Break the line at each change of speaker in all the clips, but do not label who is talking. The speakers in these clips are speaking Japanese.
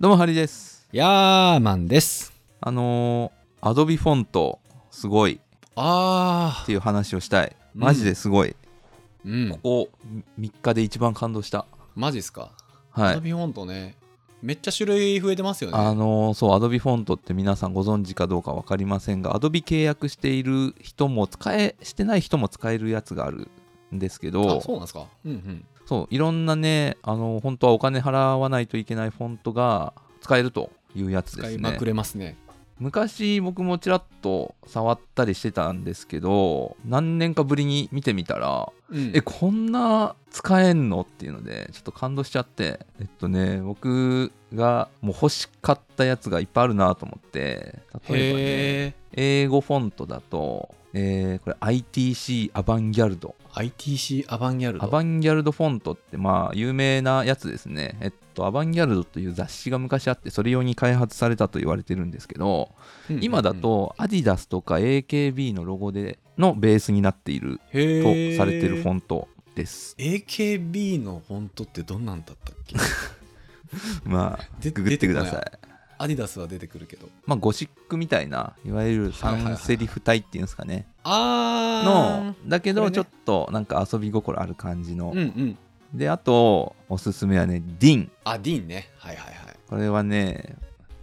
どうもハリです
ヤーマンです。
あのー、アドビフォントすごいっ
あ
ていう話をしたいマジですごい、
あ、うん、
ここ3日で一番感動した
マジっすか。
は
アド
い
ビフォントね、めっちゃ種類増えてますよ
あ
ね。
のーそうアドビフォントって皆さんご存知かどうか分かりませんがアドビ契約している人も使えしてない人も使えるやつがあるんですけ
あ
ど
そうなんですか。うんうん。
そういろんなねあの本当はお金払わないといけないフォントが使えるというやつで
使
す
いま
ね
くれますね。
昔僕もちらっと触ったりしてたんですけど何年かぶりに見てみたら
うん
えこんな使えんのっていうのでちょっと感動しちゃってえっとね僕がもう欲しかったやつがいっぱいあるなと思って例えばね
へえ。
英語フォントだとえーこれ ITC アバンギャルド
ITC アバンギャルド。
アバンギャルドフォントってまあ有名なやつですね。えっと、アバンギャルドという雑誌が昔あってそれ用に開発されたと言われてるんですけど、
うんうんうん
今だ、とアディダスとか AKB のロゴでのベースになっていると
へ
されてるフォ
ント。
ントです。
AKB のフォントってどんなんだったっ け
まあ、
で
ググってくださ
出
い。
アディダスは出てくるけど。
まあ、ゴシックみたいな、いわゆる三セリフ体っていうんですかね。
あー
の、だけ
こ
ど
れね
ちょっとなんか遊び心ある感じの
うん。うん。
で、あと、おすすめはね、ディン。
あ、ディーンね。はいはいはい。
これはね、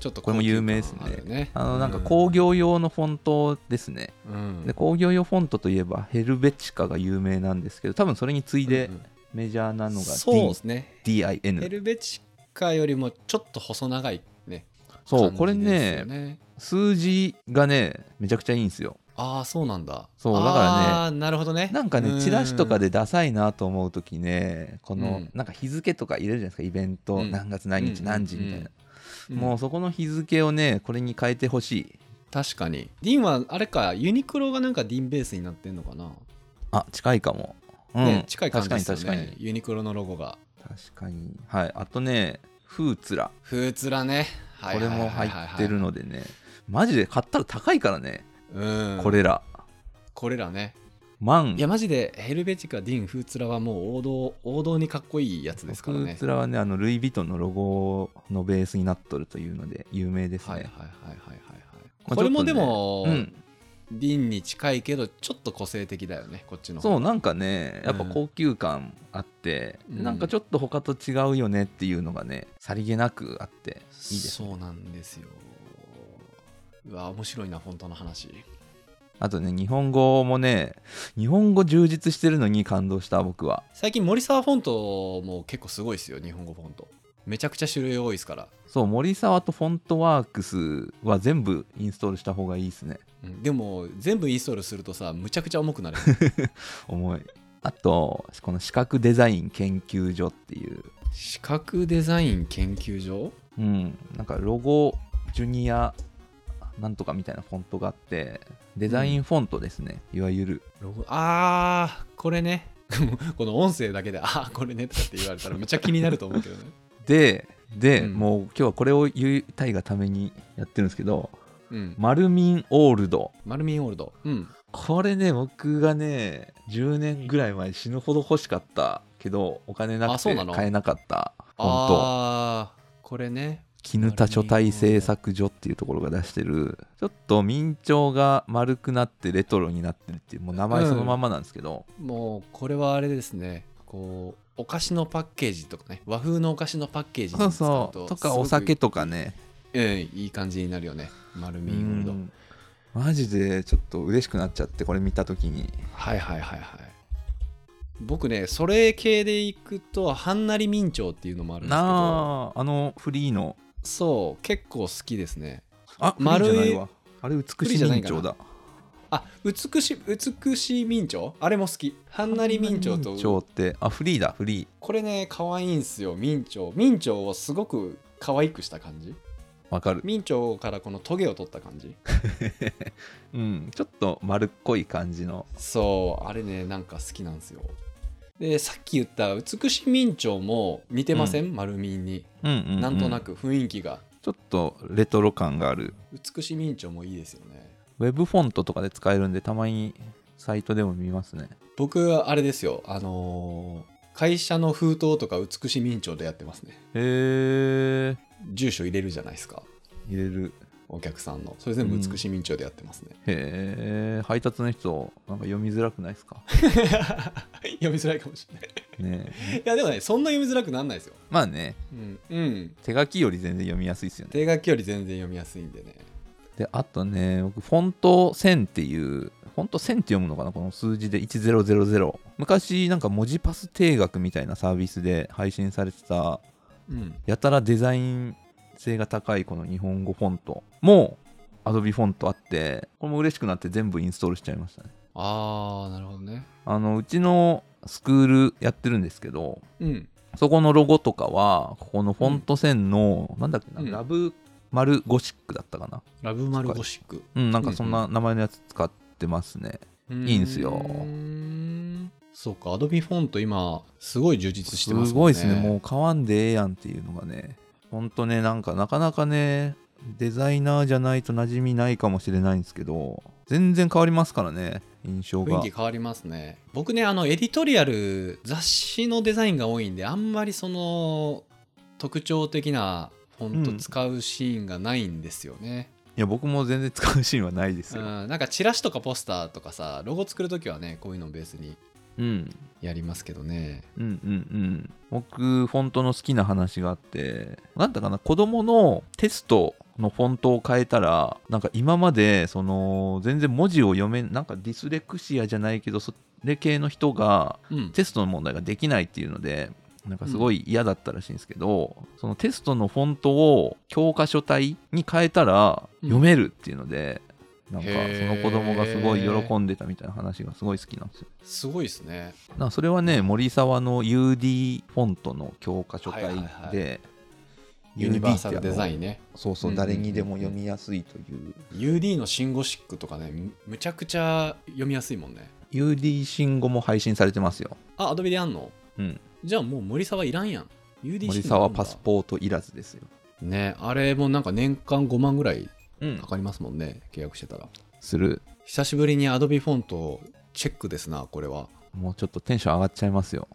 ちょっと
これも有名ですね
高級感あるね
あのなんか工、業用のフォントですね、
うんうん
で工業用フォントといえばヘルベチカが有名なんですけど多分それに次いで
うんうん
メジャーなのが
そうですね
D DIN
ヘルベチカよりもちょっと細長いね
そう
感じ
これ
ですよ
ね数字がねめちゃくちゃいいんですよ
ああそうなんだ
そうだからね
ああなるほどね
なんか
う
ね
ん
チラシとかでダサいなと思う時ねこ
う
の
ん
なんか日付とか入れるじゃないですかイベント
うん
何月何日
うん
何時みたいな
うん
もうそこの日付をねこれに変えてほしい
確かにディーンはあれかユニクロがなんかディーンベースになってんのかな、
あ近いかもうん、
ね、近い感じですよ
確かに確
ねユニクロのロゴが
かに確かにはいあとねフーツラ
フーツラねは
こ
いは
れ
いはい
も
は
入
い
ってるのでねマジで買ったら高いからね、
うん
これら
これらね
万
いやマジでヘルベチカディーンフーツラはもう王道王道にかっこいいやつですからね
僕らはねあのルイ・ヴィトンのロゴのベースになっとるというので有名ですね、
はいはいはいはいはい
ま
は
あ
い。これ
ちょ
も
っとね
でも、
うん、
リンに近いけどちょっと個性的だよねこっちの方
そうなんかねやっぱ高級感あって、
うん
なんかちょっと他と違うよねっていうのがねさりげなくあっていいです
そうなんですようわ面白いなフォントの話
あとね日本語もね日本語充実してるのに感動した僕は
最近森沢フォントも結構すごいですよ日本語フォントめちゃくちゃ種類多いですから、
そう森沢とフォントワークスは全部インストールした方がいいですね
うんでも全部インストールするとさむちゃくちゃ重くなる
重いあとこの視覚デザイン研究所っていう、
視覚デザイン研究所
うん、なんかロゴジュニアなんとかみたいなフォントがあってデザインフォントですね、いわゆる
ロゴあーこれね この音声だけで「あーこれね」とかって言われたらめっちゃ気になると思うけどね、
でで、
うん
もう今日はこれを言いたいがためにやってるんですけど
うん、
マルミンオールド
マルミンオールド、うん、
これね僕がね10年ぐらい前死ぬほど欲しかったけどお金な
あ
く
そう
て
なの
買えなかったフォント
ああこれね
絹田書体製作所っていうところが出してるちょっと明朝が丸くなってレトロになってるっていうもう名前そのまんまなんですけど、
もうこれはあれですねこうお菓子のパッケージとかね和風のお菓子のパッケージに
そ
使
う
うと
そう
す
と
ごく
かお酒とかね
うんいい感じになるよね丸ミンオールド
うんマジでちょっと嬉しくなっちゃってこれ見た時に
はいはいはいはい僕ねそれ系でいくとはんなり明朝っていうのもあるんですけど
なああのフリーの
そう結構好きですね
あ
丸い
フリーじゃないわあれ美しい明朝だ
あ美しい美しい明朝あれも好きはんなり明朝と
明朝ってあフリーだフリ
これね可愛いんすよ明朝明朝をすごく可愛くした感じ
ーわかる
明朝からこのトゲを取った感じ
うんちょっと丸っこい感じの
そうあれねなんか好きなんですよでさっき言った美しい明朝も似てません、丸みに
うんうん、うん、
なんとなく雰囲気が
ちょっとレトロ感がある
美しい明朝もいいですよね
ウェブフォントとかで使えるんで、たまにサイトでも見ますね。
僕あれですよあのー会社の封筒とか美しい明朝でやってますね
へえ。
住所入れるじゃないですか
入れる
お客さんのそれ全部美しい明朝でやってますね、
へえ配達の人なんか読みづらくないですか
読みづらいかもしれない
ねえ
いやでもねそんな読みづらくなんないですよ
まあね
うん、うん、
手書きより全然読みやすいですよね
手書きより全然読みやすいんでね
であとね僕フォント1000っていうフォント1000って読むのかなこの数字で1000昔なんか文字パス定額みたいなサービスで配信されてた
うん
やたらデザイン性が高いこの日本語フォントも Adobe フォントあってこれも嬉しくなって全部インストールしちゃいましたね
ああなるほどね
あのうちのスクールやってるんですけど
うん
そこのロゴとかはここのフォント線の、なんだっけな、
うん
ラブマルゴシックだったかな
ラブマルゴシック
うんなんかそんな名前のやつ使ってますね、いいんすよ
うーんそうかアドビフォント今すごい充実してますす
ご
もん
い
ね
ですねもう買わんでええやんっていうのがねほんとねなんかなかなかねデザイナーじゃないと馴染みないかもしれないんですけど全然変わりますからね印象
雰
が
囲気変わりますね僕ねあのエディトリアル雑誌のデザインが多いんであんまりその特徴的なフォント使うシーンがないんですよね、
いや僕も全然使うシーンはないです
う
よ
んなんかチラシとかポスターとかさロゴ作る時はねこういうのをベースに
うん
やりますけどね
うんうんうん僕フォントの好きな話があってなんだかな子供のテストのフォントを変えたらなんか今までその全然文字を読めなんかディスレクシアじゃないけどそれ系の人が
うん
テストの問題ができないっていうのでなんかすごい嫌だったらしいんですけど、そのテストのフォントを教科書体に変えたら
うん
読めるっていうので、なんか
へ
その
ー
子供がすごい喜んでたみたいな話がすごい好きなんですよ
すごいですね
なんかそれはね森沢の UD フォントの教科書
は
体
いはいはい
で
ユニバーサルデザイ
ン
ンね
そうそううん
うんうんうん
誰にでも読みやすいという
UD のシンゴシックとかねむむちゃくちゃ読みやすいもんね
UD 信号も配信されてますよ
あアドビでやんの
うん
じゃあもう森沢いらんやん UD
森
シンゴな
沢
んだ
パスポートいらずですよ
ねあれもなんか年間5万ぐらい
うん
かかりますもんね契約してたら
する
久しぶりに Adobe フォントチェックですなこれは
もうちょっとテンション上がっちゃいますよ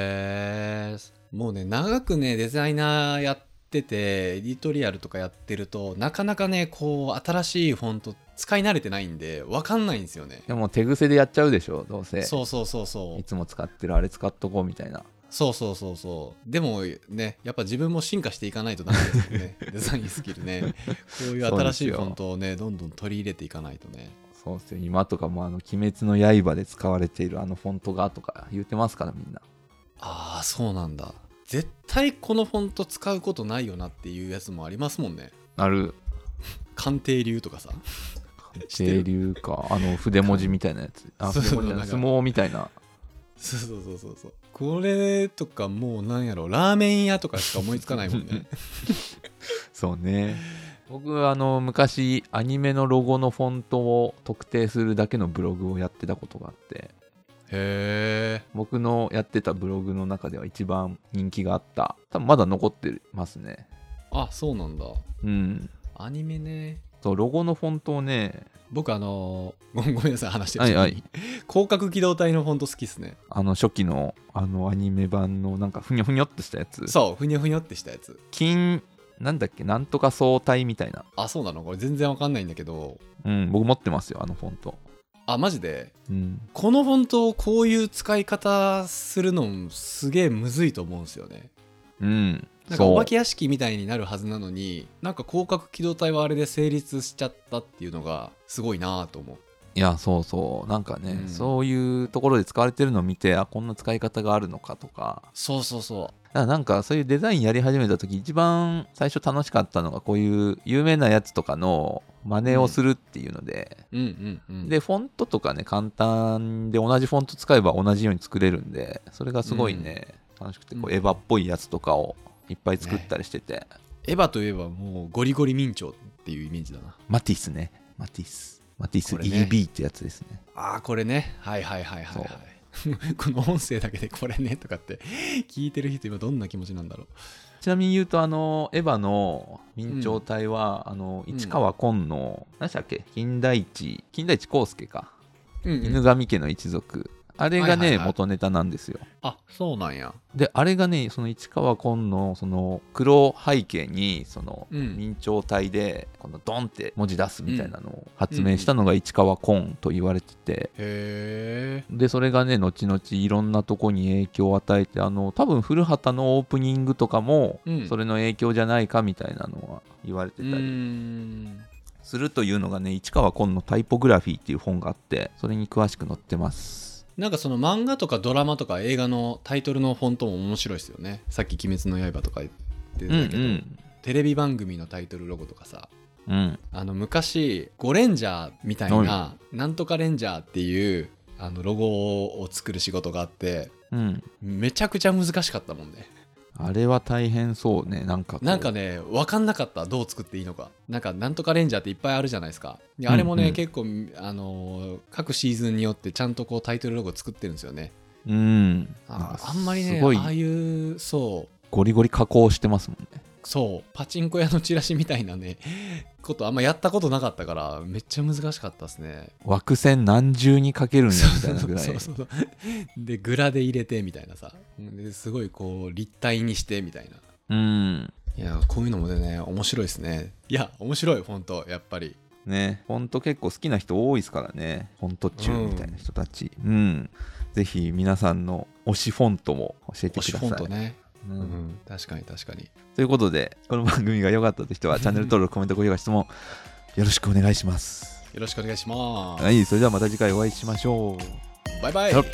へえもうね長くねデザイナーやっててエディトリアルとかやってるとなかなかねこう新しいフォント使い慣れてないんで分かんないんですよね
でも手癖でやっちゃうでしょどうせ
そうそうそうそう
いつも使ってるあれ使っとこうみたいな
そうそうそうそうでもねやっぱ自分も進化していかないとダメですよ ねデザインスキルねこういう新しいフォントをねどんどん取り入れていかないとね
そうですよ今とかもあの「鬼滅の刃」で使われているあのフォントがとか言ってますからみんな
ああそうなんだ絶対このフォント使うことないよなっていうやつもありますもんね
ある
鑑定流とかさ知って
清
る
流かあの筆文字みたいなやつあ
そう
筆文字じゃない
そ
相
う
撲みたいな
そうそうそうそうそうこれとかもうなんやろラーメン屋とかしか思いつかないもん ね
そうね僕あの昔アニメのロゴのフォントを特定するだけのブログをやってたことがあって
へえ
僕のやってたブログの中では一番人気があった多分まだ残ってますね
あそうなんだ
うん
アニメね
そうロゴのフォントをね
僕あのーごごめんなさい話してる
はいはい
時に広角機動隊のフォント好きっすね
あの初期のあのアニメ版のなんかふにょふにょっとしたやつ
そうふにゃふにゃってしたやつ
金なんだっけなんとか総体みたいな
あそうなのこれ全然わかんないんだけど
うん僕持ってますよあのフォント
あマジで
うん
このフォントをこういう使い方するのすげえむずいと思うんですよね
うん
なんか
そう
お化け屋敷みたいになるはずなのになんか広角機動隊はあれで成立しちゃったっていうのがすごいなぁと思う
いやそうそうなんかね、
うん
そういうところで使われてるのを見てあこんな使い方があるのかとか
そうそうそ
だからなんかそういうデザインやり始めた時一番最初楽しかったのがこういう有名なやつとかの真似をするっていうので、
ううんうんうん
でフォントとかね簡単で同じフォント使えば同じように作れるんでそれがすごいね、楽しくてこ
う
うんエヴァっぽいやつとかをいっぱい作ったりしてて、
エヴァといえばもうゴリゴリ明朝っていうイメージだな
マティスねマティスマティス
これね
EB ってやつですね
ああこれねはいはいはいはいはい この音声だけでこれねとかって聞いてる人今どんな気持ちなんだろう
ちなみに言うとあのエヴァの明朝体は、あの
うん
市川紺の、何でしたっけ金田一金田一耕介か、
うんうん
犬神家の一族あれがね、
はいはいはい
元ネタなんですよ
あそうなんや
であれがねその市川紺のその黒背景にその
うん
明朝体でこのドンって文字出すみたいなのを発明したのが市川紺と言われてて
へえ
でそれがね後々いろんなとこに影響を与えてあの多分古畑のオープニングとかも
うん
それの影響じゃないかみたいなのは言われて
う
たり
ーん
するというのがね市川紺の「タイポグラフィー」っていう本があってそれに詳しく載ってます
なんかその漫画とかドラマとか映画のタイトルのフォントも面白いですよねさっき「鬼滅の刃」とか言って
うんう
たけど、
ん
テレビ番組のタイトルロゴとかさ
うん
あの昔ゴレンジャーみたいななんとかレンジャーっていうあのロゴを作る仕事があって
うん
めちゃくちゃ難しかったもんね
あれは大変そうねなんかこう
なんかね分かんなかったどう作っていいのかなんかなんとかレンジャーっていっぱいあるじゃないですかであれもね、
うんうん
結構あのー各シーズンによってちゃんとこうタイトルロゴ作ってるんですよね
うん
ああんまり
す
ね
ごい
ああいうそう
ゴリゴリ加工してますもんね
そうパチンコ屋のチラシみたいなね ことあんまやったことなかったからめっちゃ難しかったですね
枠線何重にかけるんや
そう
みた
そ
いうな
そ
ぐらい
うそうそうでグラで入れてみたいなさですごいこう立体にしてみたいな
うん
いやこういうのもね面白いですねいや面白い本当やっぱり
ねほんと結構好きな人多いですからねフォント中みたいな人たちうん、ぜひ皆さんの推しフォントも教えて
推
く
し
だ
フ
さい
ォントね
う
うん、
ん
確かに確かに
ということで、この番組が良かったという人は、チャンネル登録、コメント、高評価、質問、よろしくお願いします。
よろしくお願いします、
はい、それではまた次回お会いしましょう。
バイバイ
さよ